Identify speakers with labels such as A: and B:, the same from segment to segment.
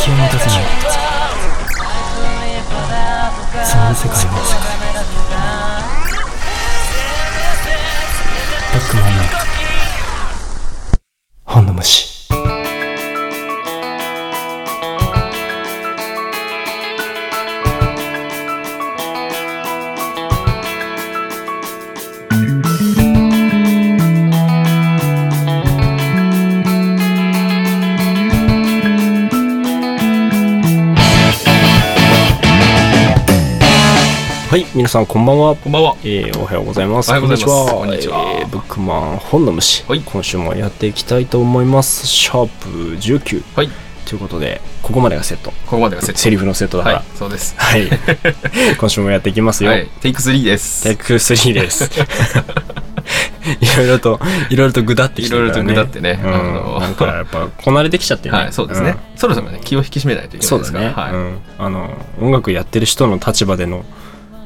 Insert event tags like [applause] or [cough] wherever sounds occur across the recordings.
A: 気を持たせないそんな世界もバックマンの本の虫はい皆さんこんばんは
B: こんばんは。
A: えーおはようございます。
B: おはようございます
A: こんにちは。
B: こんにちは
A: えーブックマン本の虫、
B: はい
A: 今週もやっていきたいと思います。シャープ19
B: はい。
A: ということで、ここまでがセット。
B: ここまでがセッ
A: セリフのセット
B: ト。
A: だか
B: は
A: ら。
B: い。そうです。
A: はい。
B: [laughs]
A: 今週もやっていきますよ。
B: はい。テイク3です。
A: テイク3です。 [laughs] いろいろと、いろいろとぐだってきてるからね。
B: いろいろとぐだって
A: う
B: ね
A: ん
B: あの
A: なんかやっぱ、こなれてきちゃってね。
B: はい。そうですね。そろそろね、気を引き締めないといけな
A: そ
B: いうで
A: だ
B: すから。
A: ね、う
B: は
A: ん、あの音楽やってる人の立場での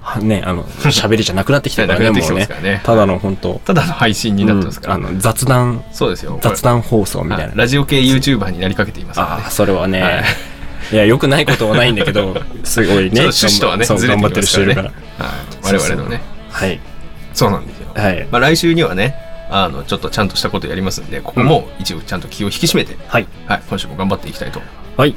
A: はねあの喋りじゃなくなってき
B: い。
A: た
B: な
A: か
B: く
A: ら
B: な
A: ね
B: ってき
A: も
B: て
A: う
B: ます
A: ね
B: からね。
A: ただの本当
B: ただの配信になってますから。
A: うんあの雑談
B: そうですよ。
A: 雑
B: こ
A: 談放送み
B: れ
A: たいな、
B: はいラジオ系 YouTuber になりかけていますから
A: あ
B: ね
A: あ。それはね、
B: はい
A: い、やよくないことはないんだけ
B: [laughs]
A: どすごいね
B: ちょっと趣旨とはね、
A: そう
B: ずれ
A: 頑張
B: て
A: って
B: きま
A: る
B: す
A: 人いるから
B: ね。はい。我々のね。
A: はい
B: そうなんですよ。
A: はい
B: まあ来週にはね、あの、ちょっとちゃんとしたことやりますんで、ここも一応ちゃんと気を引き締めて、
A: はい、
B: はい。今週も頑張っていきたいと。
A: はい、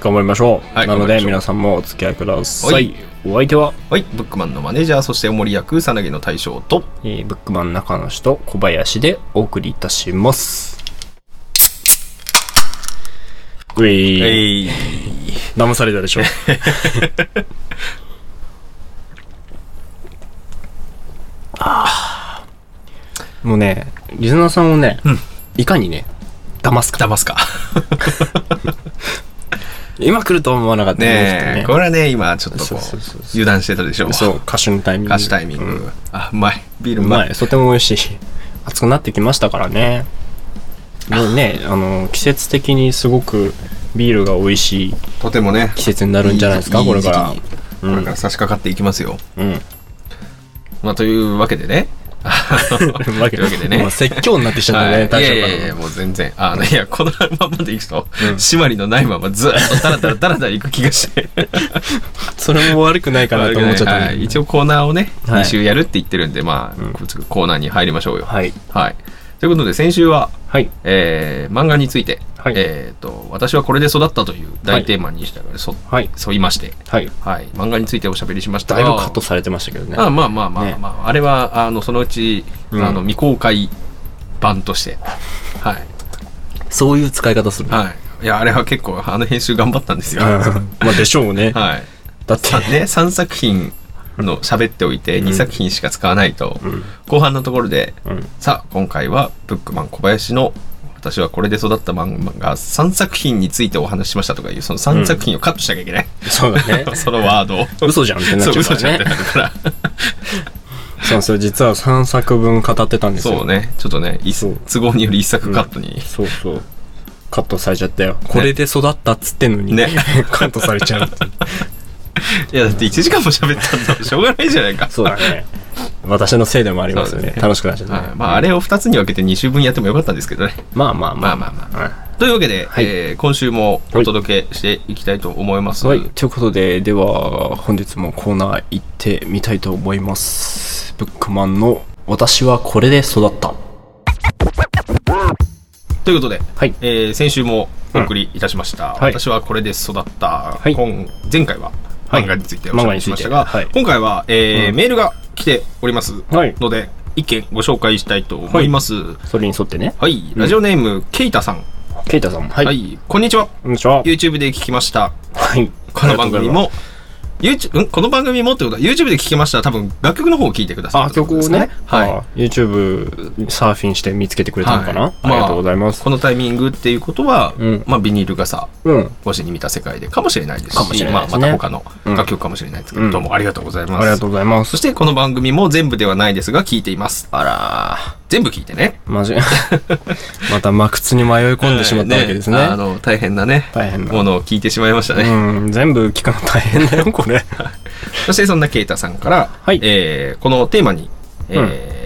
A: 頑張りましょう、
B: はい
A: なの
B: 頑張
A: で
B: りましょう
A: 皆さんもお付き合いください、
B: はい
A: お相手は、
B: はい。ブックマンのマネージャー、そしておもり役、さなぎの大将と、
A: えーブックマン中の人小林でお送りいたしますう
B: え
A: い、
B: い。
A: 騙されたでし
B: [laughs]
A: ょあーもうねリスナーさんをね、いかにね騙すか
B: 騙すか。
A: 今来るとは思わなかった
B: ねえ、
A: こ
B: これはね、今ちょっと
A: そ
B: こ
A: うそうそう
B: う
A: そう、
B: 油断してたでしょ
A: れそう歌手のタイミング
B: 歌詞タイミング。あ、うまい。ビール
A: う
B: う
A: ま
B: ま
A: い
B: い。
A: とても美味しい暑くなってきましたからねもうねあの季節的にすごくビールが美味しい
B: とてもね、
A: 季節になるんじゃないですか
B: いい
A: これから
B: いい時期にこれから差し掛かっていきますよ。
A: うん
B: まあ、というわけでね。
A: という
B: というわけでね
A: もう。説教になってきちゃった
B: はい、
A: ね
B: いや
A: 大将
B: い
A: か
B: や
A: ら
B: いやもう全然あのいやこのまんまでいくと、締まりのないままずっとダラダラダラダラいく気がして
A: それも悪くないかなと思っちゃったね
B: はい一応コーナーをね
A: はい
B: 2週やるって言ってるんで、まあ、
A: うん
B: こっちコーナーに入りましょうよ
A: はい
B: はい、ということで先週は
A: はい
B: えー漫画について、
A: はい
B: えーと「私はこれで育った」という大テーマにしたがそ
A: はい
B: 沿いまして、
A: はい
B: はい、漫画についておしゃべりしました
A: だいぶカットされてましたけどね
B: あまあまあまあ
A: ね
B: まあ、あれはあのそのうち、
A: うん
B: あの未公開版として、はい
A: そういう使い方する
B: はい、いやあれは結構あの編集頑張ったんですよ、は
A: まあでしょうね
B: い
A: だって
B: さね、3作品の喋っておいて2作品しか使わないと、
A: ん
B: 後半のところで、
A: うん
B: さあ今回はブックマン小林の私はこれで育った漫画が3作品についてお話ししましたとかいうその3作品をカットしなきゃいけない、
A: そうだ
B: [laughs]
A: ね
B: そのワードを
A: 嘘じゃんってなっちゃ
B: そう
A: うか
B: 嘘じゃん
A: ら
B: って
A: ね
B: な
A: [laughs]
B: るから
A: そうそう実は3作分語ってたんですよ
B: そうねちょっとねい
A: そう
B: 都合により1作カットに、
A: そうそう。カットされちゃったよ。これで育ったっつってんのに、
B: ね
A: [laughs] カットされちゃうっていう。
B: いやだって1時間も喋ったんだからしょうがないじゃないか
A: そうだね。私のせいでもありますよ
B: そう
A: ね
B: だ。ね
A: 楽しくなっちゃったね
B: はい、まああれを2つに分けて2週分やってもよかったんですけどね
A: まあまあまあ
B: まあまあ
A: ま
B: というわけで、
A: はい
B: えー今週もお届けしていきたいと思います。
A: あ。はい。ということで、では、本日もコーナー行ってみたいと思います。ブックマンの私はこれで育った。
B: ということで、
A: はい。
B: えー先週もお送りいたしました。
A: はい
B: 私はこれで育った。
A: はい
B: 今前回は
A: はい
B: 漫画についてお話ししましたが、
A: 漫画について
B: 今回は、えー
A: うん
B: メールが来ております
A: はい
B: ので、一件ご紹介したいと思います。はい、
A: それに沿ってね。
B: ラジオネーム、ケイタさん。
A: ケイタさん。は
B: はい、
A: い。
B: こんにちは。
A: こんにちは。
B: YouTube で聞きました。
A: はい。
B: この番組。も、YouTube、んこの番組もってことは YouTube で聞きましたら多分楽曲の方を聞いてください。
A: あ、曲をね、
B: はい。
A: あ。YouTube サーフィンして見つけてくれたのかな、
B: はい
A: ありがとうございます。
B: このタイミングっていうことは、
A: うん
B: まあ、ビニール傘
A: うん。
B: 越しに見た世界でかもしれないですし
A: かもしれないですね
B: まあ、また他の
A: うん
B: 楽曲かもしれないですけど、
A: うん
B: どうもありがとうございま
A: あ
B: す。
A: りがとうございます
B: そ。してこの番組も全部ではないですが聞いています。あら全部聞いてね。
A: マジ [laughs] また真靴に迷い込んでしまったわけですね。
B: あの、大変なね、
A: 大変な
B: ものを聞いてしまいましたね。
A: うん、全部聞くの大変だよ、これ。
B: そしてそんなケイタさんから、
A: はい
B: えーこのテーマに、えー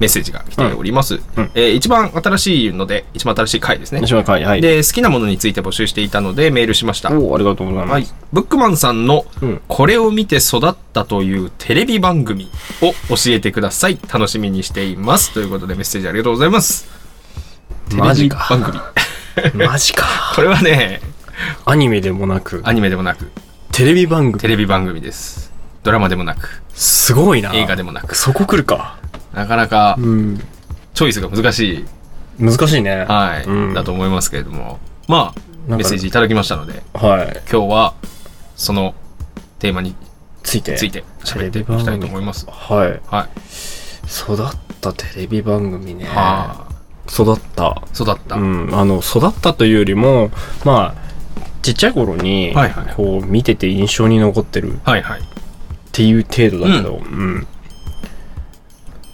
B: メッセージが来ております。えー一番新しいので、一番新しい回ですね。
A: 西村会、はい。
B: で、好きなものについて募集していたのでメールしました。
A: おーありがとうございます。
B: はい。ブックマンさんの
A: うん、
B: これを見て育ったというテレビ番組を教えてください。楽しみにしています。ということでメッセージありがとうございます。
A: マジか
B: テレビ番組。
A: マジか。
B: [laughs] これはね、
A: アニメでもなく、
B: アニメでもなく、
A: テレビ番組
B: テ。レビ番組です。ドラマでもなく、
A: すごいな。
B: 映画でもなく、
A: そこ来るか。
B: なかなか
A: うん。
B: チョイスが難しい、
A: 難しいね。
B: はい、
A: うん
B: だと思いますけれども、まあ、
A: なんか
B: メッセージいただきましたので、
A: はい。
B: 今日はそのテーマに
A: ついて。
B: ついて喋っていきたいと思います。
A: はい。
B: はい。
A: 育ったテレビ番組ね。
B: はあ、
A: 育った。
B: 育った。
A: うん。あの、育ったというよりも、まあ、ちっちゃい頃に、
B: はいはい
A: こう、見てて印象に残ってるっ
B: はいはい。
A: ていう程度だけど、うん。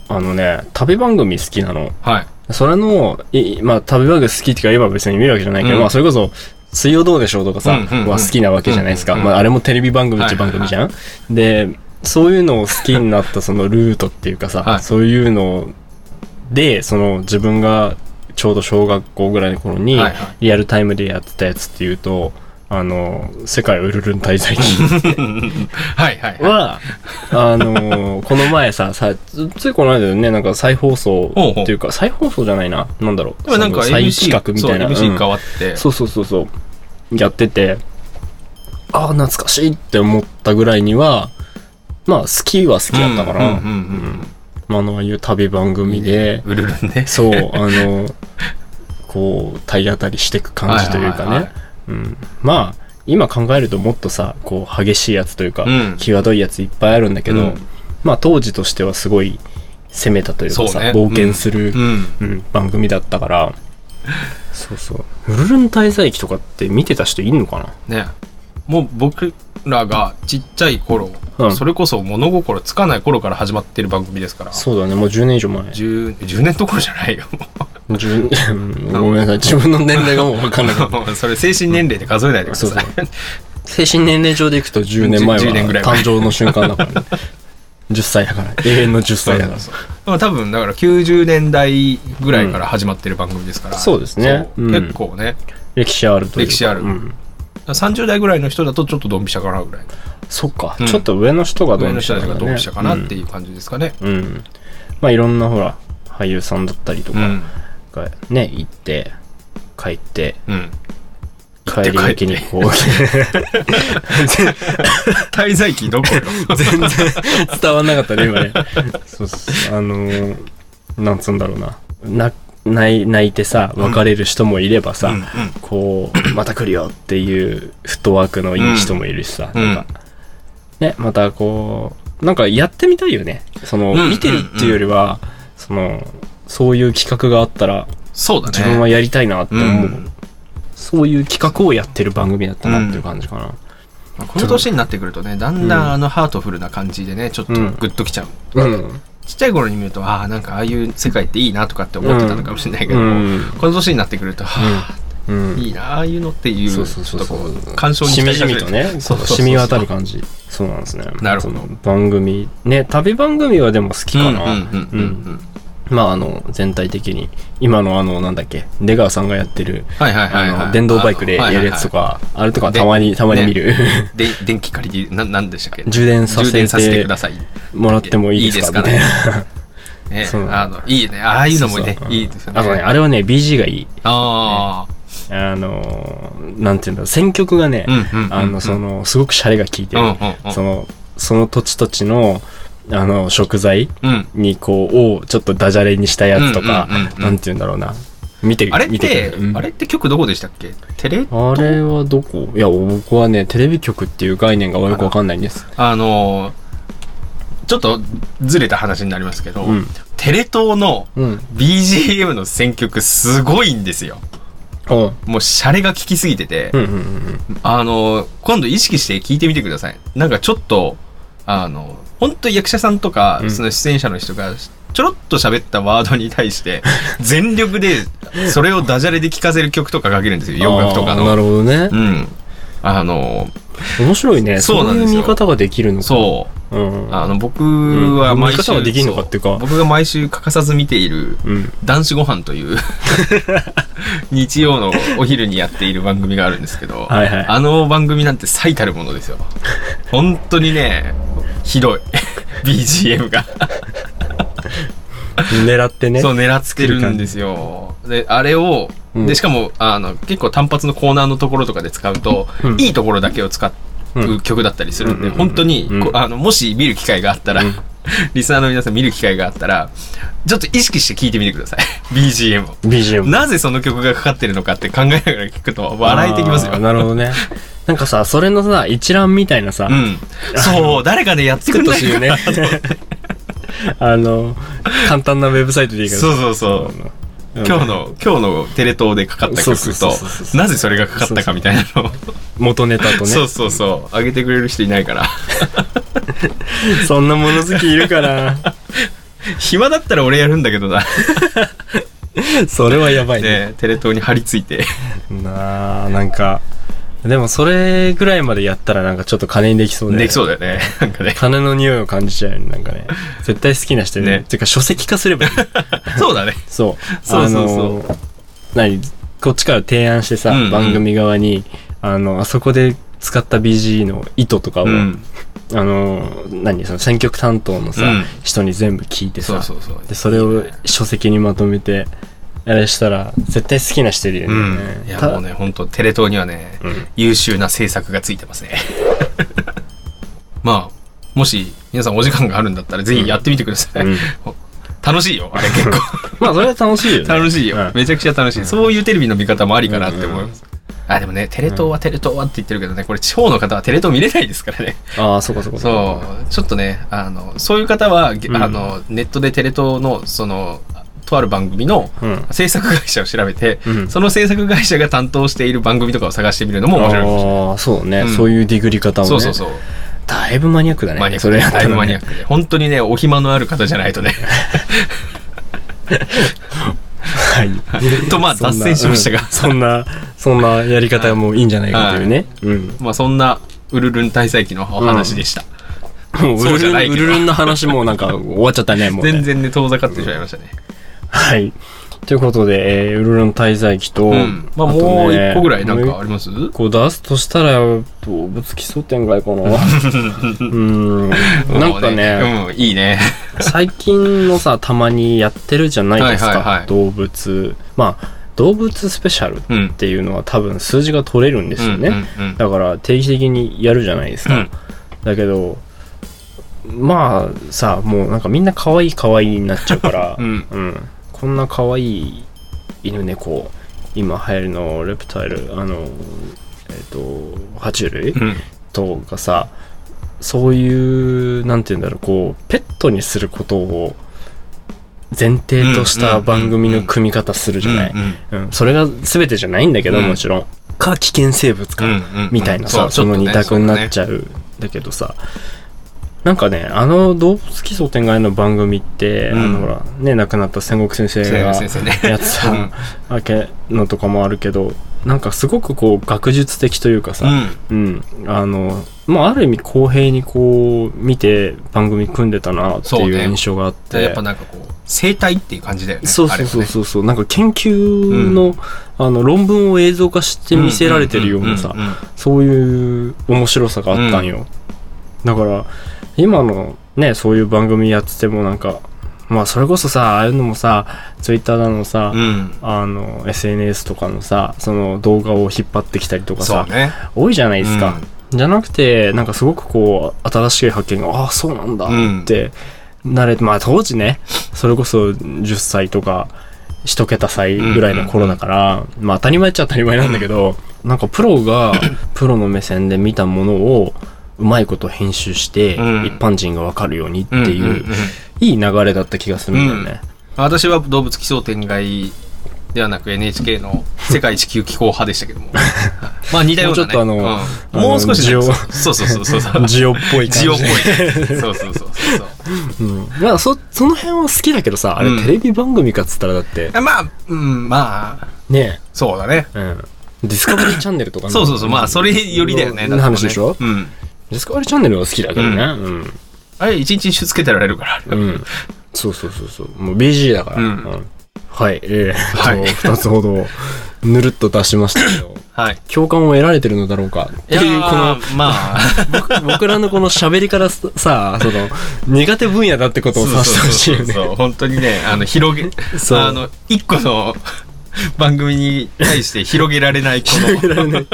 A: あのね、旅番組好きなの。
B: はい。
A: それの、いまあ、食べ番組好きってか今別に見るわけじゃないけど、
B: うん
A: まあ、それこそ、水曜どうでしょうとかさ、
B: うんうんうん
A: は好きなわけじゃないですか。
B: うんうんうん
A: まあ、あれもテレビ番組って番組じゃん、で、そういうのを好きになったそのルートっていうかさ、
B: はい
A: そういうので、その自分がちょうど小学校ぐらいの頃に
B: はいはい、
A: リアルタイムでやってたやつっていうと、あの、世界ウルルン滞在記
B: [laughs] はいはいはい。
A: は、あのーこの前さ、さ、つついこの間ね、なんか再放送
B: ほうほう
A: っていうか、再放送じゃないな。なんだろう。
B: でもなんか
A: その再
B: MC、
A: 企画みたいな。
B: そう MC
A: うん
B: 変わって、
A: そうそうそうそう。やってて、ああ、懐かしいって思ったぐらいには、まあ、好きは好きだったから、
B: うんうんうん
A: まあ、あの、ああいう旅番組で、
B: うん。うるるんね。
A: そう、あの、こう、体当たりしていく感じというか
B: はいはいはい
A: ね。うんまあ、今考えるともっとさ、こう、激しいやつというか、
B: うん
A: 際どいやついっぱいあるんだけど、
B: うん
A: まあ、当時としてはすごい攻めたというか
B: そ
A: さ、
B: うね
A: 冒険する、
B: う
A: うん
B: ん。
A: 番組だったから、そうそう。ウルルン滞在記とかって見てた人いんのかな
B: ね。もう僕らがちっちゃい頃、
A: うん
B: それこそ物心つかない頃から始まってる番組ですから、
A: そうだね、もう10年以上前。
B: 10, 10年どころじゃないよ。 [laughs] も
A: 10うんごめんなさい、自分の年齢がもう分かんなくなった
B: うそれ精神年齢で数えないでください。
A: そうそう [laughs] 精神年齢上でいくと10年前は
B: 10年ぐらい前
A: 誕生の瞬間だから、ね、10歳だから永遠の10
B: そ
A: 歳
B: う
A: だ
B: そ
A: か
B: う
A: ら
B: そうまあ多分だから90年代ぐらいから始まってる番組ですから、
A: うんそうですね
B: そう
A: うん
B: 結構ね
A: 歴史あるというか
B: 歴史ある
A: うん、
B: 30代ぐらいの人だとちょっとドンピシャかなぐらい
A: そっか、
B: うん
A: ちょっと上の人がど
B: 上
A: う
B: の
A: にし
B: 人
A: た
B: たち
A: か、
B: が
A: ね、
B: ドンピシャかなっていう感じですかね
A: うん、うんまあいろんなほら俳優さんだったりと
B: う
A: か
B: ん
A: がね、行って帰って
B: うん
A: 帰り
B: 帰っ
A: が
B: て
A: けにこう
B: 滞在期どこよ
A: [laughs] 全然伝わんなかったね今ね [laughs] そうそうあのー、なんつうんだろうなな泣い泣いてさ別れる人もいればさ、
B: うんうん
A: こう、また来るよっていうフットワークのいい人もいるしさ、
B: うん
A: なんか、ね、またこう、なんかやってみたいよね。その、
B: うん
A: 見てるっていうよりは、その、そういう企画があったら、
B: [laughs] そうだね
A: 自分はやりたいなって思う。
B: うん
A: そういう企画をやってる番組だったなっていう感じかな。
B: まあこの年になってくるとねだんだんあのハートフルな感じでねちょっとグッときちゃう、
A: うん。
B: ちっちゃい頃に見るとああなんかああいう世界っていいなとかって思ってたのかもしれないけど、
A: うん
B: この年になってくると、はあ
A: うん。
B: いいなああいうのっていうち
A: そ
B: ょ
A: うそうそう
B: っと
A: そ
B: こ
A: う
B: う感傷に
A: しみじみとね、そう染み渡る
B: か
A: 感じ。そうなんですね。
B: なるほど
A: その番組、ね、旅番組はでも好きかな。
B: うんうんうんうんうん
A: まあ、あの、全体的に、今のあの、なんだっけ、出川さんがやってる、
B: はいはいはいはい
A: あの、電動バイクでやるやつとか、あれとか
B: で
A: たまに、たまに見る。
B: で電気借りてななんでしたっけ
A: 充電さ
B: 充電させ
A: せ
B: て
A: て
B: ください
A: [laughs] もらってもいいですか
B: いい
A: み
B: で
A: たい
B: す
A: な。
B: ね
A: そう
B: あのいいねああいうのもね
A: そうそう
B: いいですよね
A: あとね、あれはね、BG がいい。
B: あ
A: あのー、なんていうんだろう、選曲がね
B: うんうんうんう、ん
A: あの、その、すごくシャレが効いて
B: あ
A: る
B: うん。うんうん
A: その、その土地土地の、あの、食材
B: うん
A: に、こう、をちょっとダジャレにしたやつとか
B: うんうんうんう、ん
A: なんていうんだろうな。見て、
B: あれっ
A: 見て
B: て
A: くれるうん
B: あれって曲どこでしたっけテレ
A: あれはどこいや、僕はね、テレビ局っていう概念がよくわかんないんです。
B: あのちょっとずれた話になりますけど
A: うん
B: テレ東の
A: うん。
B: BGM の選曲すごいんですよ
A: おう
B: もうシャレが効きすぎてて
A: うんうんうん
B: あの、今度意識して聞いてみてください。なんかちょっと、あの、本当に役者さんとか、
A: うん
B: その出演者の人が、ちょろっと喋ったワードに
A: [laughs]
B: 対して、全力で、それをダジャレで聞かせる曲とか書けるんですよ。洋楽とか
A: あーな
B: の。
A: るほどね
B: う。ん。あの、
A: 面白いね。
B: そ
A: そうう
B: なん
A: い
B: で
A: う
B: すよ
A: 見方ができるのか。
B: そう。
A: うん。
B: あの、僕は毎週、
A: 見方はできんのかっていうか
B: そ僕が毎週欠かさず見ている、
A: うん。
B: 男子ご飯
A: [laughs]
B: という日曜のお昼にやっている番組があるんですけど、
A: はいはい
B: あの番組なんて最たるもので
A: [laughs]
B: すよ。本当にね、ひどい。BGM が。
A: 狙ってね。
B: そう、狙ってるんですよ。で、あれを、
A: うん
B: で、しかも、あの、結構単発のコーナーのところとかで使うと、
A: うん
B: いいところだけを使う曲だったりするんで、
A: うん
B: 本当に、
A: うん
B: こうあの、もし見る機会があったら、
A: うん
B: [laughs] リスナーの皆さん見る機会があったら、ちょっと意識して聞いてみてください。BGM [laughs] を。
A: BGM。
B: なぜその曲がかかってるのかって考えながら聞くと笑えてきます
A: あー
B: よ。
A: なるほど
B: [laughs]
A: ね。なんかさ、それのさ、一覧みたいなさ、
B: うん。そう、誰かでやってく
A: 作っ
B: ん
A: て
B: な
A: ほ
B: い
A: しいよ
B: か [laughs]
A: ね
B: な。。
A: [laughs] あの、簡単なウェブサイトでいいから
B: そうそうそ
A: う
B: う。
A: ん
B: 今日の、今日のテレ東でかかった
A: そう
B: 曲
A: そうそうそうそう
B: と、なぜそれがかかったかみたいなのを
A: 元ネタとね。
B: そうそうそう。あげてくれる人いないから。 [laughs]
A: そんな物好きいる
B: [laughs]
A: から、
B: 暇だったら俺やるんだけどな。
A: それはやばいね。
B: ねテレ東に張り付いて。
A: なあ、なんか、でもそれぐらいまでやったらなんかちょっと金にできそうね。
B: できそうだよね。なんかね。
A: 金の匂いを感じちゃうよね、なんか
B: [laughs]
A: ね。絶対好きな人ね。
B: ね
A: てか書籍化すればいい。
B: そうだね。
A: そう。
B: [laughs] そうそうそ
A: あ
B: う
A: の何こっちから提案してさ、
B: うんうん
A: 番組側に、あの、あそこで使った BG の意図とかを、
B: うん。
A: あの、何その選曲担当のさ、
B: うん
A: 人に全部聞いてさ
B: そうそうそう。
A: で、それを書籍にまとめて、あれしたら、絶対好きな人いるよ
B: う
A: ね。
B: ん。いや、
A: た
B: もうね、ほんと、テレ東にはね、
A: うん
B: 優秀な制作がついてますね。 [laughs] まあ、もし、皆さんお時間があるんだったら、ぜひやってみてください。
A: うん
B: [laughs] 楽しいよ、あれ結構。
A: まあ、それは楽しいよね。
B: 楽しいよ、
A: うん
B: めちゃくちゃ楽しい、そういうテレビの見方もありかなって思います、あでもねテレ東はテレ東はって言ってるけどねこれ地方の方はテレ東見れないですからね
A: ああ、そうかそうか
B: そ
A: か。
B: うちょっとねあのそういう方は、げ
A: うん
B: あのネットでテレ東のそのとある番組の
A: うん
B: 制作会社を調べて、
A: うん
B: その制作会社が担当している番組とかを探してみるのも面白いかもしれない
A: ああ、そうね、
B: うん
A: そういうディグリ方もね。
B: そうそうそう
A: だいぶマニアックだね。
B: マニアッ
A: そ
B: ク
A: れ
B: で
A: やった
B: だ
A: ら
B: い
A: ね
B: ぶマニアックで本当にねお暇のある方じゃな
A: [laughs]
B: いとね
A: はい。
B: [laughs] とまあ
A: そんな
B: 脱線しましたが
A: うんそんな、そんなやり方もいいんじゃないかというね。うん。
B: まあそんなウルルン滞在期のお話でした、
A: もう
B: そう
A: ウル
B: じゃ
A: ル
B: な
A: ン、
B: い
A: ウ
B: けど
A: ルルンの話もなんか終わっちゃったね、もうね、
B: 全然ね遠ざかってしまいましたね
A: はい。ということで、えーウルルン滞在期と、
B: うん。まあ、
A: とね
B: もう一個ぐらいなん
A: もう
B: かあります
A: 一個出すとしたら、動物奇想天外か
B: [laughs]
A: な。うん。なんかね、
B: うん、いいね。
A: 最近のさ、たまにやってるじゃないですか。
B: はいはいはい
A: 動物。まあ、動物スペシャルっ
B: うん。
A: ていうのは多分数字が取れるんですよね。
B: うん。
A: だから定期的にやるじゃないです
B: う
A: か。
B: ん。
A: だけど、まあさ、もうなんかみんな可愛い可愛いになっちゃうから、
B: [laughs] うん。
A: うんこんな可愛い犬猫、今流行りのレプタイル、あの、えっ、と、爬虫類
B: うん。
A: とかさ、そういう、なんて言うんだろう、こう、ペットにすることを前提とした番組の組み方するじゃない。うん、それが全てじゃないんだけど、
B: うん
A: もちろん。か、危険生物か、
B: うん。
A: みたいなさ、その二択になっ
B: ゃ
A: ちゃう。だけどさ、なんかね、あの動物奇想天外の番組って、
B: うん
A: あのほら、ね、亡くなった戦国先生が
B: 先生ね。
A: [laughs] やってた
B: うん
A: わけのとかもあるけど、なんかすごくこう学術的というか
B: う
A: さ、
B: ん。
A: うん、あの、まあ、ある意味公平にこう見て番組組んでたなって
B: そう
A: いう
B: ね
A: 印象があって。
B: やっぱなんかこう、生態っていう感じだよね。
A: そうそうそうそうそう、なんか研究の,、あの論文を映像化して見せられてるようなさ、そういう面白さがあったんよ。だから、今のね、そういう番組やっててもなんか、まあそれこそさ、ああいうのもさ、ツイッターなのさ、
B: うん。
A: あの、SNS とかのさ、その動画を引っ張ってきたりとか
B: そ
A: さ
B: う、ね。
A: 多いじゃないですか。じゃなくて、なんかすごくこう、新しい発見が、ああ、そうなんだ
B: うん
A: って、慣れて、まあ当時ね、それこそ10歳とか、一桁歳ぐらいの頃だから、まあ当たり前っちゃ当たり前なんだけど、なんかプロ
B: [coughs]
A: が、プロの目線で見たものを、うまいこと編集して、
B: うん
A: 一般人がわかるようにっていう、。いい流れだった気がするんだよね。
B: 私は動物奇想天外ではなく NHK の世界地球気候派でしたけ
A: [laughs]
B: ども。まあ似たような。もう少しそうそうそうそ
A: [laughs]
B: う。[laughs]
A: ジオっぽい感じ
B: ジ
A: で。
B: オっぽい。 [laughs] そうそうそうそう。
A: うん。まあそ、その辺は好きだけどさ、あ
B: う
A: れ
B: ん
A: テレビ番組かっつったらだって、
B: あまあ、うん、まあ、
A: ね
B: そうだね。
A: え、うん。ディスカバリーチャンネルとかね
B: そうそうそう、まあ、それよりだよね。
A: の
B: だって
A: 話でしょ
B: うん。
A: ディスカバリーチャンネルは好きだけどね。うん。
B: あれ、一日中つけてられるから。
A: うん。そうそうそうそう。もう BG だから。
B: うん
A: んはい。え
B: はい
A: ー、っと、2つほど、ぬるっと出しましたけど、
B: はい。
A: 共感を得られてるのだろうか。って
B: や
A: いう、この、
B: ーまあ、
A: 僕僕らのこの喋りからささ、その、苦手分野だってことをさせてほしいよ
B: そうそうそうそ
A: ね。
B: う本当にね、あの、広げ、
A: そう
B: あの、一個の番組に対して広げられない、こ
A: 広げられない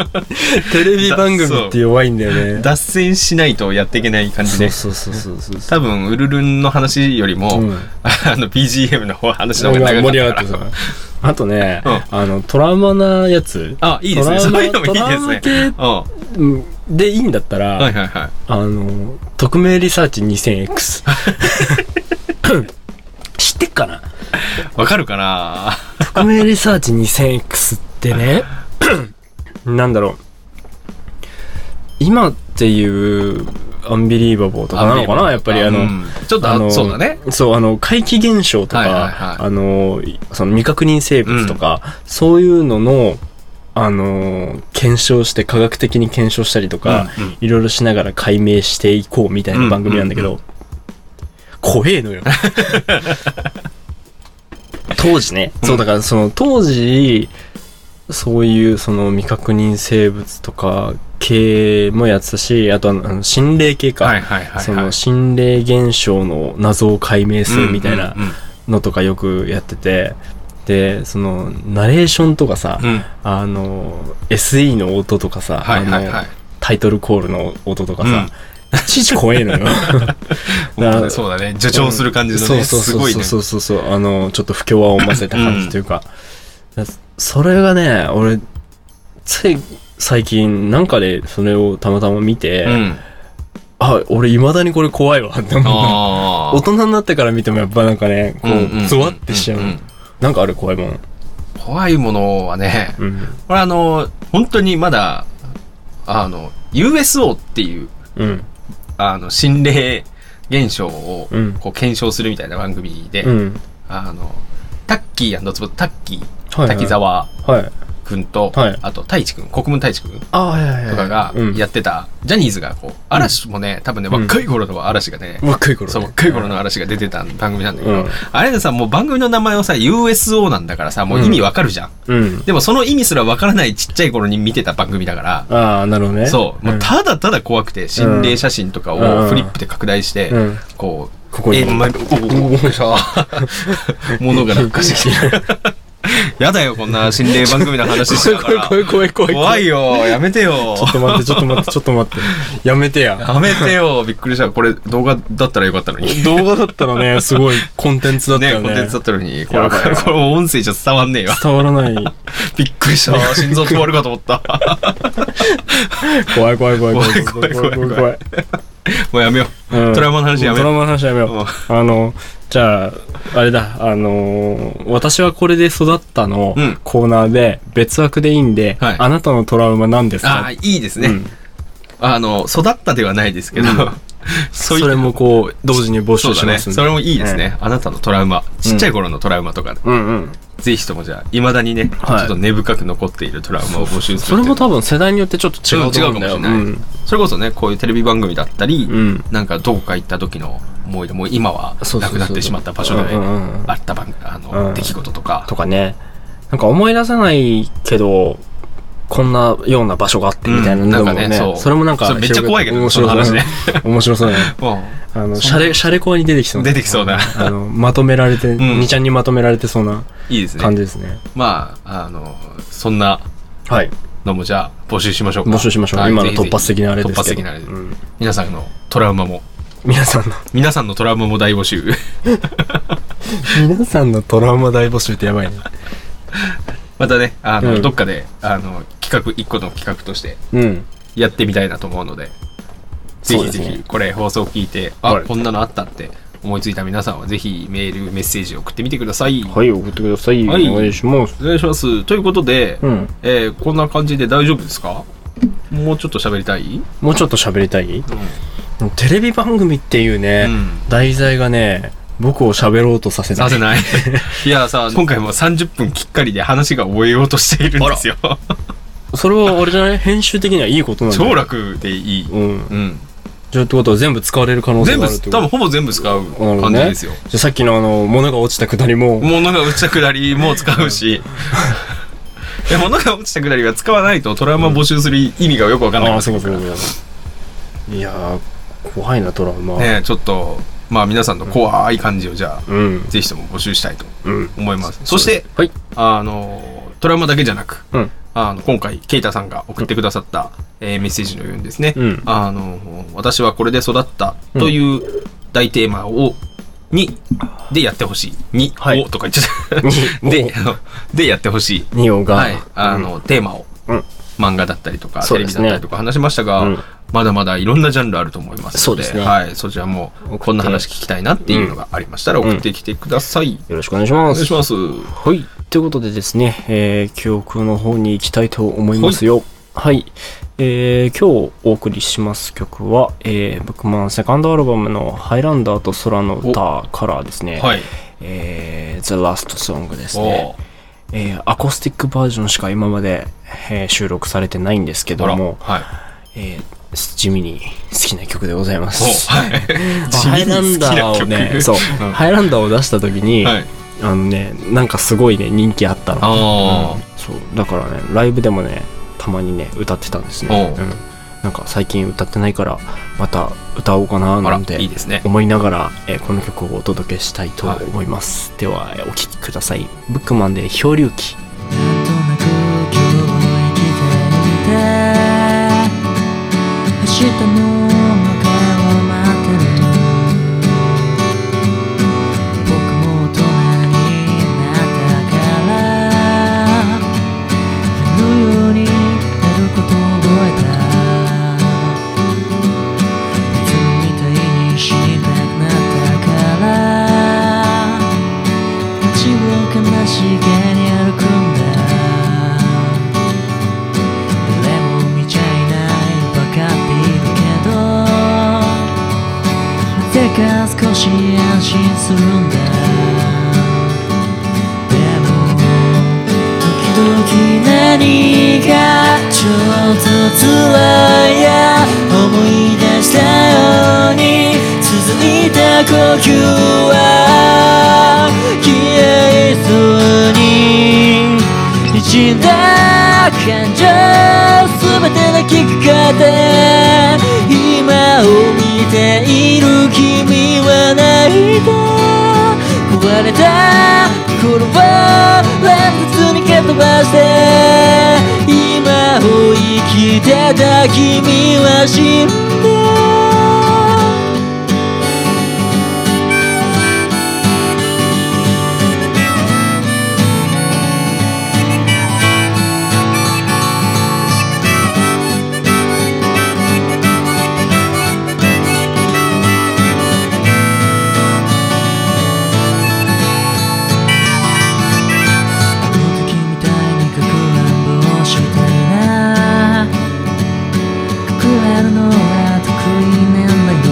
A: テレビ番組って弱いんだよ
B: の、
A: ね。
B: 脱線しないとやっていけない感じ
A: そう
B: で。
A: そうそうそうそうそ
B: 多分、ウルルンの話よりも、
A: う。うん
B: [laughs] あの、BGM の方、話の
A: 盛
B: 方が長かった
A: り上がっ
B: か
A: て
B: ら。
A: さ。あとね、
B: うん
A: あの、トラウマなやつ。
B: あ、いいですね。
A: トラ
B: そ
A: ウマ
B: ういうのもいいですね。うん。は
A: うんでいいんだったら、
B: いはいはい。
A: あの、匿名リサーチ 2000X。知ってっかな
B: わかるかな
A: 匿名リサーチ 2000X って
B: [laughs]
A: ね、なんだろう。今っていうアンビリーバボーとかなのかなやっぱりあの、
B: うんちょっと
A: あ
B: あ、
A: の
B: そうだね。
A: そう、あの、怪奇現象とか、
B: はいはいはい
A: あの、その未確認生物とか、そういうのの、あの、検証して、科学的に検証したりとか、
B: うんうん
A: いろいろしながら解明していこうみたいな番組なんだけど、
B: うん
A: 怖え
B: [laughs]
A: のよ。当時ね、そうだからその当時、そういうその未確認生物とか系もやってたし、あとあのあの心霊系か、
B: はいはいはいはい。
A: その心霊現象の謎を解明するみたいな
B: うんうん
A: のとかよくやってて、で、その、ナレーションとかさ、
B: うん。うん
A: あの、SE の音とかさ、
B: はいはいは
A: あ
B: い
A: の、。タイトルコールの音とかさ、いちいち怖え
B: [laughs]
A: のよ。
B: 本当だそうだね。助長する感じのね。
A: そう
B: す
A: そう
B: ごい
A: そ
B: ね
A: う。そうそうそう、あの、ちょっと不協和を混ぜた感じというか、だそれがね、俺、つい最近なんかでそれをたまたま見て、
B: うん。
A: あ、俺未だにこれ怖いわって思った。
B: あ
A: 大
B: あ。
A: 人になってから見てもやっぱなんかね、こ
B: うんうん
A: う、ゾワってしちゃう
B: うんうん。
A: なんかある怖いもん。
B: 怖いものはね、
A: うん。
B: これあの、本当にまだ、あの、USO っていう、
A: うん。
B: あの、心霊現象を
A: うん、
B: こう、検証するみたいな番組で、
A: うん。
B: あの、タッキーつぼタッキー、
A: はいはい
B: 滝沢
A: はい。
B: くんと、
A: はい
B: あと、太一くん、国分太一くんと
A: あ、はいはいはい。
B: かが
A: うん
B: やってた、ジャニーズがこう、嵐もね、多分ね、
A: うん
B: 若い頃の嵐がね、
A: 若い頃ね。
B: そう、若い頃の嵐が出てた番組なんだけど、
A: うん
B: あれでさ、もう番組の名前をさ、USO なんだからさ、もう意味わかるじゃん。
A: うん。
B: でもその意味すらわからないちっちゃい頃に見てた番組だから、
A: ああ、なるほどね。
B: そう、もうただただ怖くて、心霊写真とか
A: う
B: を
A: ん
B: フリップで拡大して、
A: うん
B: こう、
A: ここに
B: えーま、おおおよいしょ物が落下してきて。やだよ、こんな心霊番組の話してたか
A: 怖い
B: ら。
A: 怖い怖い怖い
B: 怖い
A: よ。
B: よ、やめて
A: [laughs]
B: よ。
A: ちょっと待って、ちょっと待って、ちょっと待って。やめてや。
B: やめてよ、びっくりした。これ動画だったらよかったのに。
A: 動画だったらね、すごいコンテンツだった
B: ね
A: よね。
B: コンテンツだったのに、これ、
A: やばい
B: これこれ音声じゃ伝わんねえよ。
A: 伝わらない。
B: びっくりした。
A: [laughs]
B: 心臓止まるかと思った。
A: 怖い怖い怖い怖い
B: 怖い怖い怖い
A: 怖い怖い。
B: もうやめよう。
A: うん
B: トラウマの話やめ
A: トラウ
B: よ
A: マの話やめよう。あの、じゃあ、あれだ、あのー私はこれで育ったの
B: うん
A: コーナーで、別枠でいいんで、
B: はい
A: あなたのトラウマ何です
B: う。あ
A: か
B: あ、いいです
A: う
B: ね
A: ん。
B: あの、育ったではないですけど、
A: そ
B: そうい
A: れもこう、同時に募
B: そ
A: 集
B: うだ
A: し
B: ね。
A: ますんで
B: それもいいですね。あなたのトラウマ。ちっちゃい頃のトラウマとか、
A: うんうん。
B: ぜひともじゃあ、未だにね、ちょ
A: はい
B: っと根深く残っているトラウマを募集す
A: そ
B: る
A: れ
B: って
A: も
B: いう
A: 多分世代によってちょっと違うと思うんだよ。
B: うん違うかもしれない。それこそね、こういうテレビ番組だったり
A: う、ん。
B: なんかどこか行った時の思い出もう今は
A: そうそう
B: な
A: そう
B: くなってしまった場所で
A: うんうんうん
B: あった番あの、
A: うん
B: 出来事とか
A: とかね。なんか思い出せないけど、こんなような場所があってみたいなのでも
B: うんなんかね
A: ね、
B: そう
A: それもなんか
B: それめっちゃ怖いけどね
A: 面白そう
B: その話ね
A: [laughs] 面白そうだね。
B: う
A: あの、シャレ、シャレコアに出てきそうな。
B: 出てきそうな
A: あの、まとめられて、
B: ん
A: 2ちゃんにまとめられてそうなん
B: いいです
A: 感
B: ね
A: じですね。
B: まああのそんな
A: はい。
B: のもじゃあ募集しましょうか
A: 募集しましょう。
B: はい
A: 今の
B: ぜひぜひ
A: 突発的なあれですけど。
B: 突発的なあれで
A: うん
B: 皆さんのトラウマも
A: 皆さん
B: [laughs]
A: の、
B: 皆さんのトラウマも大募集 [laughs]
A: 皆さんのトラウマ大募集ってやばいね。
B: またねあの、
A: うん
B: どっかであの企画一個の企画として
A: うん。
B: やってみたいなと思うので
A: そ
B: ぜ
A: う
B: ひ
A: です
B: ぜ
A: ね
B: ひこれ放送を聞いて、あ
A: はい
B: こんなのあったって思いついた皆さんはぜひメールメッセージ送ってみてください、
A: はい、送ってください。
B: はい
A: お願いします。
B: お願いしますということで、
A: うん。
B: えーこんな感じで大丈夫ですかもうちょっと喋りたい、
A: もうちょっと喋りたいテレビ番組っていうね、
B: うん
A: 題材がね、僕を喋ろうとさせない。
B: さ
A: [laughs]
B: せないいやさ今回も30分きっかりで話が終えようとしているんですよ
A: それはあれじゃない編集的にはいいことなんだよ
B: 超楽でいい、
A: うん。
B: うん
A: じゃあってことは全部使われる可能性
B: 全
A: が
B: 部
A: あるってこと
B: 多分ほぼ全部使う感じですよ、
A: じゃあさっきのあの物が落ちたくだりも
B: 物が落ちたくだりも使うし
A: [laughs]
B: いや物が落ちたくだりは使わないとトラウマ募集する意味がよくわかんない
A: あ
B: で
A: あそ
B: す
A: う
B: か
A: かそうかそうかいやー怖いなトラウマ、
B: らねちょっとまあ皆さんの怖い感じをじゃあ、
A: うん
B: ぜひとも募集したいと
A: うん
B: 思いますそして
A: はい
B: あのトラウマだけじゃなく
A: うん
B: あの今回ケイタさんが送ってくださった、えーメッセージのようにですね、
A: うん
B: あの私はこれで育ったという大テーマを、にでやってほしい「に」
A: はい
B: をとか言っちゃ
A: [laughs]
B: っ
A: に
B: たであのでやってほしい、
A: ニオが、
B: はい、あの、テーマを、
A: うん
B: 漫画だったりとか、
A: そ
B: テ
A: う
B: レ
A: で
B: ビ
A: す
B: だ
A: ね
B: ったりとか話しましたが、
A: うん
B: まだまだいろんなジャンルあると思います
A: そ
B: の
A: う
B: で、
A: ですね
B: はい、そちらもこんな話聞きたいなっていうのがありましたら
A: ん
B: 送ってきてください。
A: よろしくお願いしま
B: お願い
A: す
B: します。
A: はい。ということでですね、えー記憶の方に行きたいと思いますよ。はい。えー今日お送りします曲は、えーブックマンセカンドアルバムのハイランダーと空の歌からですね、
B: はい。
A: えー The Last Song です
B: お
A: ね。えーアコースティックバージョンしか今まで、えー収録されてないんですけ
B: あ
A: ど
B: ら、
A: も、
B: はい。
A: えー地味に好きな曲でございます。
B: おはい
A: まあハイランダーをね、そう、
B: ん
A: ハイランダーを出した時に、
B: はい。
A: あのね、なんかすごいね、人気あったの。
B: あ
A: そうだからねライブでもねたまにね歌ってたんですね、
B: お
A: う、
B: うん
A: なんか最近歌ってないからまた歌おうかな
B: あ、あ
A: なん
B: ら、いい
A: て
B: ですね。
A: 思いながら、えーこの曲をお届けしたいと思います、では、えーお聴きくださいブックマンで漂流記
C: なんとなく今日も生きていて明日の中を待ってる僕も大人になったからあの世になること覚えたいつもみたいに死にたくなったから街を悲しげに歩くんだ誰も見ちゃいないわかっているけどなぜか少し安心するんだでも時々何がちょっとずらや思い出したように続いた呼吸は消えそうに滲んだ感情全てのきっかけで今を見ている君は泣いた壊れた心を乱雑に蹴飛ばして今を生きてた君は死んだ時みたいにかく乱暴したいな隠れるのは得意なんだよ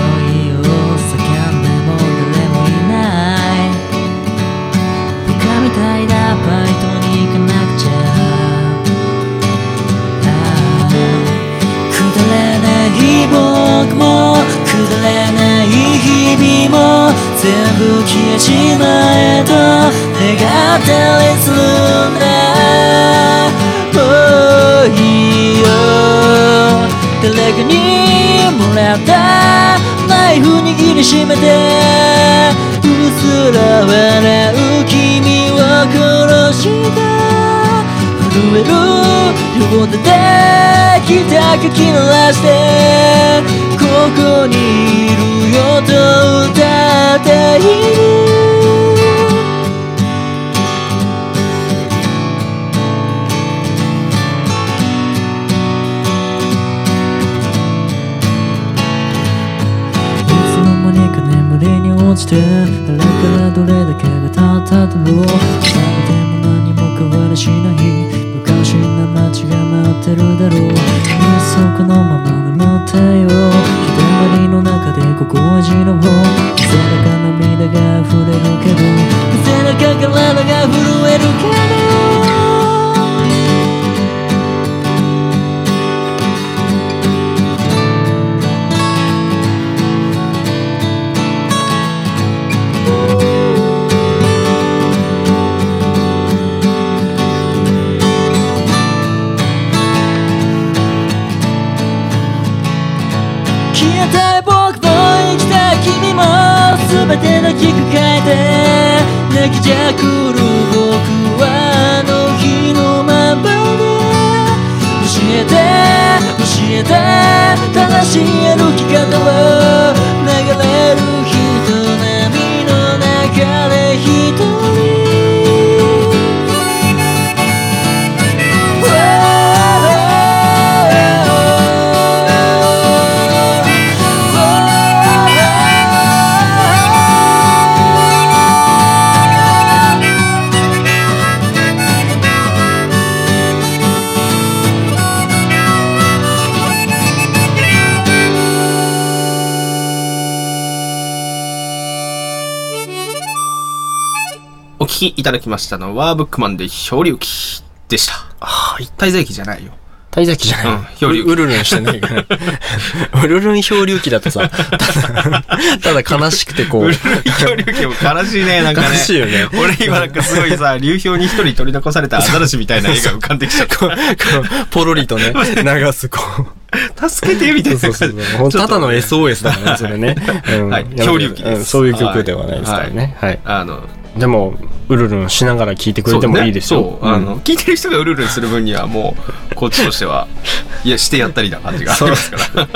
C: 酔いを叫んでも誰もいないバカみたいなバイトに行かなくちゃくだらない僕もくだらない日々も全部消えちまえと願ったりするんだもういいよ誰かにもらったナイフ握りしめてうすら笑う君を殺した震える横でできたかき鳴らしてここにいるよと歌っているいつの間にか眠りに落ちて誰からどれだけが経っただろう何でも何も変わりしない昔の街が待ってるだろう一足のまま眠ってよ人まりの中で心地の方背中涙が溢れるけど背中からが震えるけどまでの機会で泣きじゃくる僕はあの日のままで教えて教えて正しい歩き方を流れる人波の中で一人
B: お聞きいただきましたのは、ブックマンで漂流記でした。ああ、一体在記じゃないよ。
A: 滞在期じゃない、
B: うん漂流
A: ううるるんしてないから。 [laughs] うるるん漂流期だとさ、ただ、ただ悲しくてこう、
B: 漂流記も悲しいね、なんかね。
A: 悲しいよね
B: 俺今なんかすごいさ、流氷に一人取り残されたアザラシみたいな絵が浮かんできちゃっ
A: こうポロリ
B: [laughs]
A: とね、流すこう。
B: た。助けてみたいな
A: そ
B: 感
A: うそ
B: じ。
A: うそう。ほんとただの SOS だからね、それね。うん
B: はい漂流記です
A: うんそういう曲ではないですからね。はい。
B: あの、
A: でも、うるるんしながら聴いてくれてもいいです
B: そうね
A: よ。
B: そうあ
A: ん
B: の、聞いてる人がうるうるする分にはもうこっちとして
A: [laughs]
B: はいやしてやったりな感じがありますから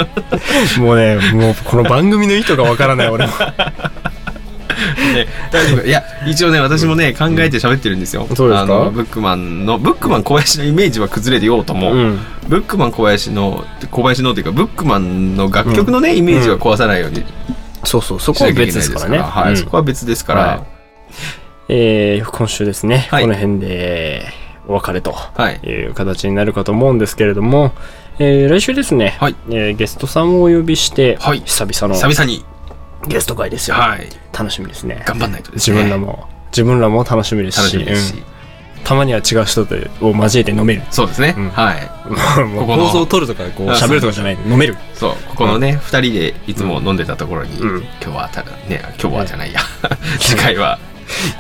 A: もうね、もうこの番組の意図がわからない俺も。
B: で大丈夫いや一応ね私もね考えて喋ってるんですよ、
A: そうですか
B: あのブックマンのブックマン小林のイメージは崩れて [laughs] ようとも、
A: うん
B: ブックマン小林の小林のというかブックマンの楽曲のね、イメージは壊さないように
A: そうそう、そ
B: し
A: こ
B: な
A: は
B: きゃいけない
A: 別ですからね。
B: はい
A: うん
B: そこは別ですから、
A: はえー、今週ですね、
B: はい
A: この辺でお別れと
B: はい
A: いう形になるかと思うんですけれども、えー来週ですね、
B: はい
A: えーゲストさんをお呼びして、
B: はい
A: 久々の
B: 久々に、
A: ゲスト会ですよ。
B: はい、
A: 楽しみですね。
B: 頑張んないとで
A: 自
B: すね
A: 分らも、自分らも楽しみです
B: 楽
A: し、
B: しみですし、
A: うんたまには違う人とを交えて飲
B: [laughs]
A: める。
B: そうですね、
A: うん
B: はい
A: もう
B: ここの
A: 放送を撮るとか、こう
B: あ
A: 喋るとかじゃない、飲める。
B: そうここのね、二人でいつも飲んでたところに、
A: うん
B: 今日はただね今日はじゃないや次回は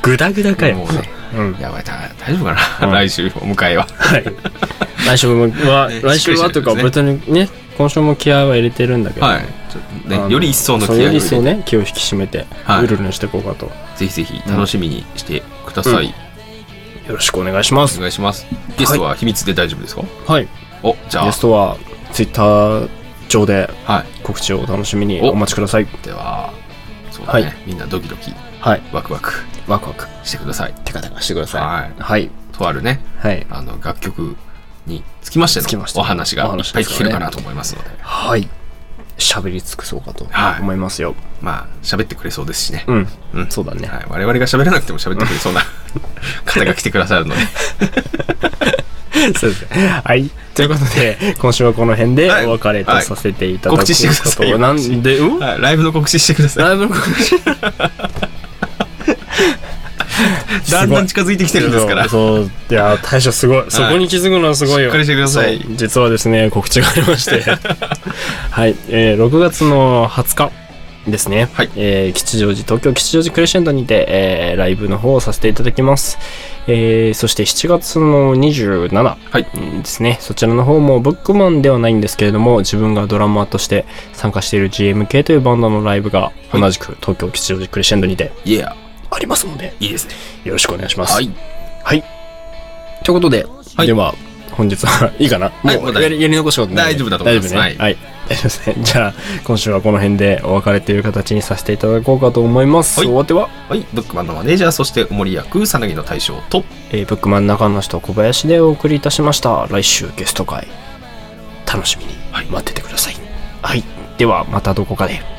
A: グダグダかよ。
B: もうね
A: うん。
B: やばいだ大丈夫かな、
A: うん
B: 来週お迎えは
A: はい。来週もは、
B: ね
A: 来週はというか、
B: しっか
A: 別にね、今週も気合は入れてるんだけど、
B: はいちょっと
A: あの
B: ねより一層の気合
A: そう
B: を
A: よ
B: 入
A: り
B: れ
A: 一層
B: て、
A: ね気を引き締めて、
B: はいう
A: るうるしていこうかとよ
B: ぜひぜひ楽しみにしてください、
A: うんろしくお願いします
B: お願いしますゲストは秘密で大丈夫ですか、
A: はい
B: おじゃ
A: ゲ
B: あ
A: ストはツイッター上で
B: は
A: 告知をお楽しみに
B: お
A: お待ちください
B: いではそうだね、
A: はい
B: みんなドキドキ
A: はい
B: ワクワク
A: ワクワク
B: してください
A: テカテカしてくださ
B: はい
A: いはい
B: とあるね
A: はい
B: あの楽曲につきまして
A: つきまして
B: のお話がい
A: お
B: っ
A: 話
B: ぱ
A: で
B: い
A: す
B: 聞
A: か
B: け
A: らね
B: るかなと思いますので
A: はい喋り尽くそうかと
B: はい
A: 思いますよ、
B: まあ喋ってくれそうですしね、
A: うん、
B: うん
A: そうだね
B: はい、我々が喋らなくても喋ってくれそうな [laughs] 方が来てくださるので、
A: [laughs] そうですねはい [laughs] ということで今週はこの辺で
B: はい
A: お別れとさせていただ
B: は
A: く
B: い告知してください
A: ことをなんでうん
B: はい、ライブの告知してくださ
A: ライブの告
B: [laughs] い。だんだん近づいてきてるんですから。
A: そうそういや大将すごい、そこに気づくのはすごいよ
B: しっかりしてください
A: そう実はですね告知がありまして
B: [laughs]
A: はい、えー6月の20日ですね、
B: はい
A: えー吉祥寺東京吉祥寺クレッシェンドにて、えーライブの方をさせていただきます、えーそして7月の27
B: はい
A: ですね、そちらの方もブックマンではないんですけれども自分がドラマーとして参加している GMK というバンドのライブが
B: い
A: 同じく東京吉祥寺クレッシェンドにて
B: いや、
A: ありますので
B: いいですね。
A: よろしくお願いします、
B: はい。
A: ということで、
B: はい
A: では、本日は [laughs] いいかな、
B: はい
A: も
B: もう
A: う
B: 大
A: やりやり残したことない
B: 大丈夫だと思いま
A: 大
B: す
A: 丈夫ね。はい。 [laughs] 大丈夫ですね。じゃあ、今週はこの辺でお別れという形にさせていただこうかと思います。
B: はい
A: お相手は、
B: はい、ブックマンのマネージャー、そしておもり役、さなぎの大将と、
A: えーブックマン中の人小林でお送りいたしました。来週ゲスト会、楽しみに
B: はい
A: 待っててください。はい。では、またどこかで。